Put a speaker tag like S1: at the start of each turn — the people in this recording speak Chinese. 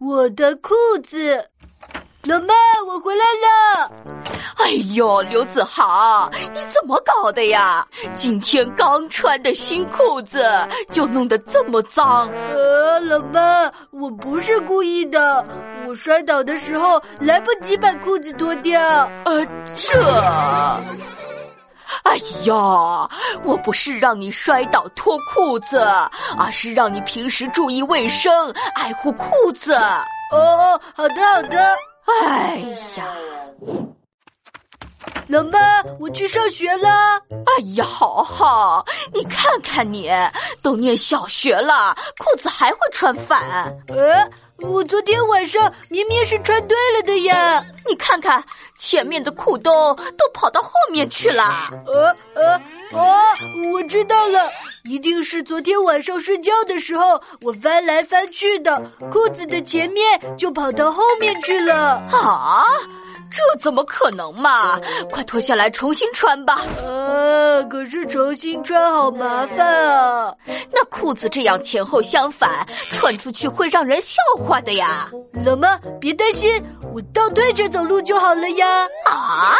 S1: 我的裤子，老妈，我回来了。
S2: 哎呦，刘子豪，你怎么搞的呀？今天刚穿的新裤子就弄得这么脏。
S1: 呃，老妈，我不是故意的，我摔倒的时候来不及把裤子脱掉。
S2: 呃，这……哎呀，我不是让你摔倒脱裤子，而是让你平时注意卫生，爱护裤子。
S1: 哦，好的，好的。
S2: 哎呀。
S1: 老妈，我去上学啦！
S2: 哎呀，豪豪，你看看你，都念小学了，裤子还会穿反。
S1: 呃，我昨天晚上明明是穿对了的呀！
S2: 你看看，前面的裤兜都跑到后面去了。
S1: 呃呃哦，我知道了，一定是昨天晚上睡觉的时候，我翻来翻去的，裤子的前面就跑到后面去了。
S2: 啊！这怎么可能嘛！快脱下来重新穿吧。
S1: 呃，可是重新穿好麻烦啊。
S2: 那裤子这样前后相反，穿出去会让人笑话的呀。
S1: 老妈，别担心，我倒退着走路就好了呀。
S2: 啊！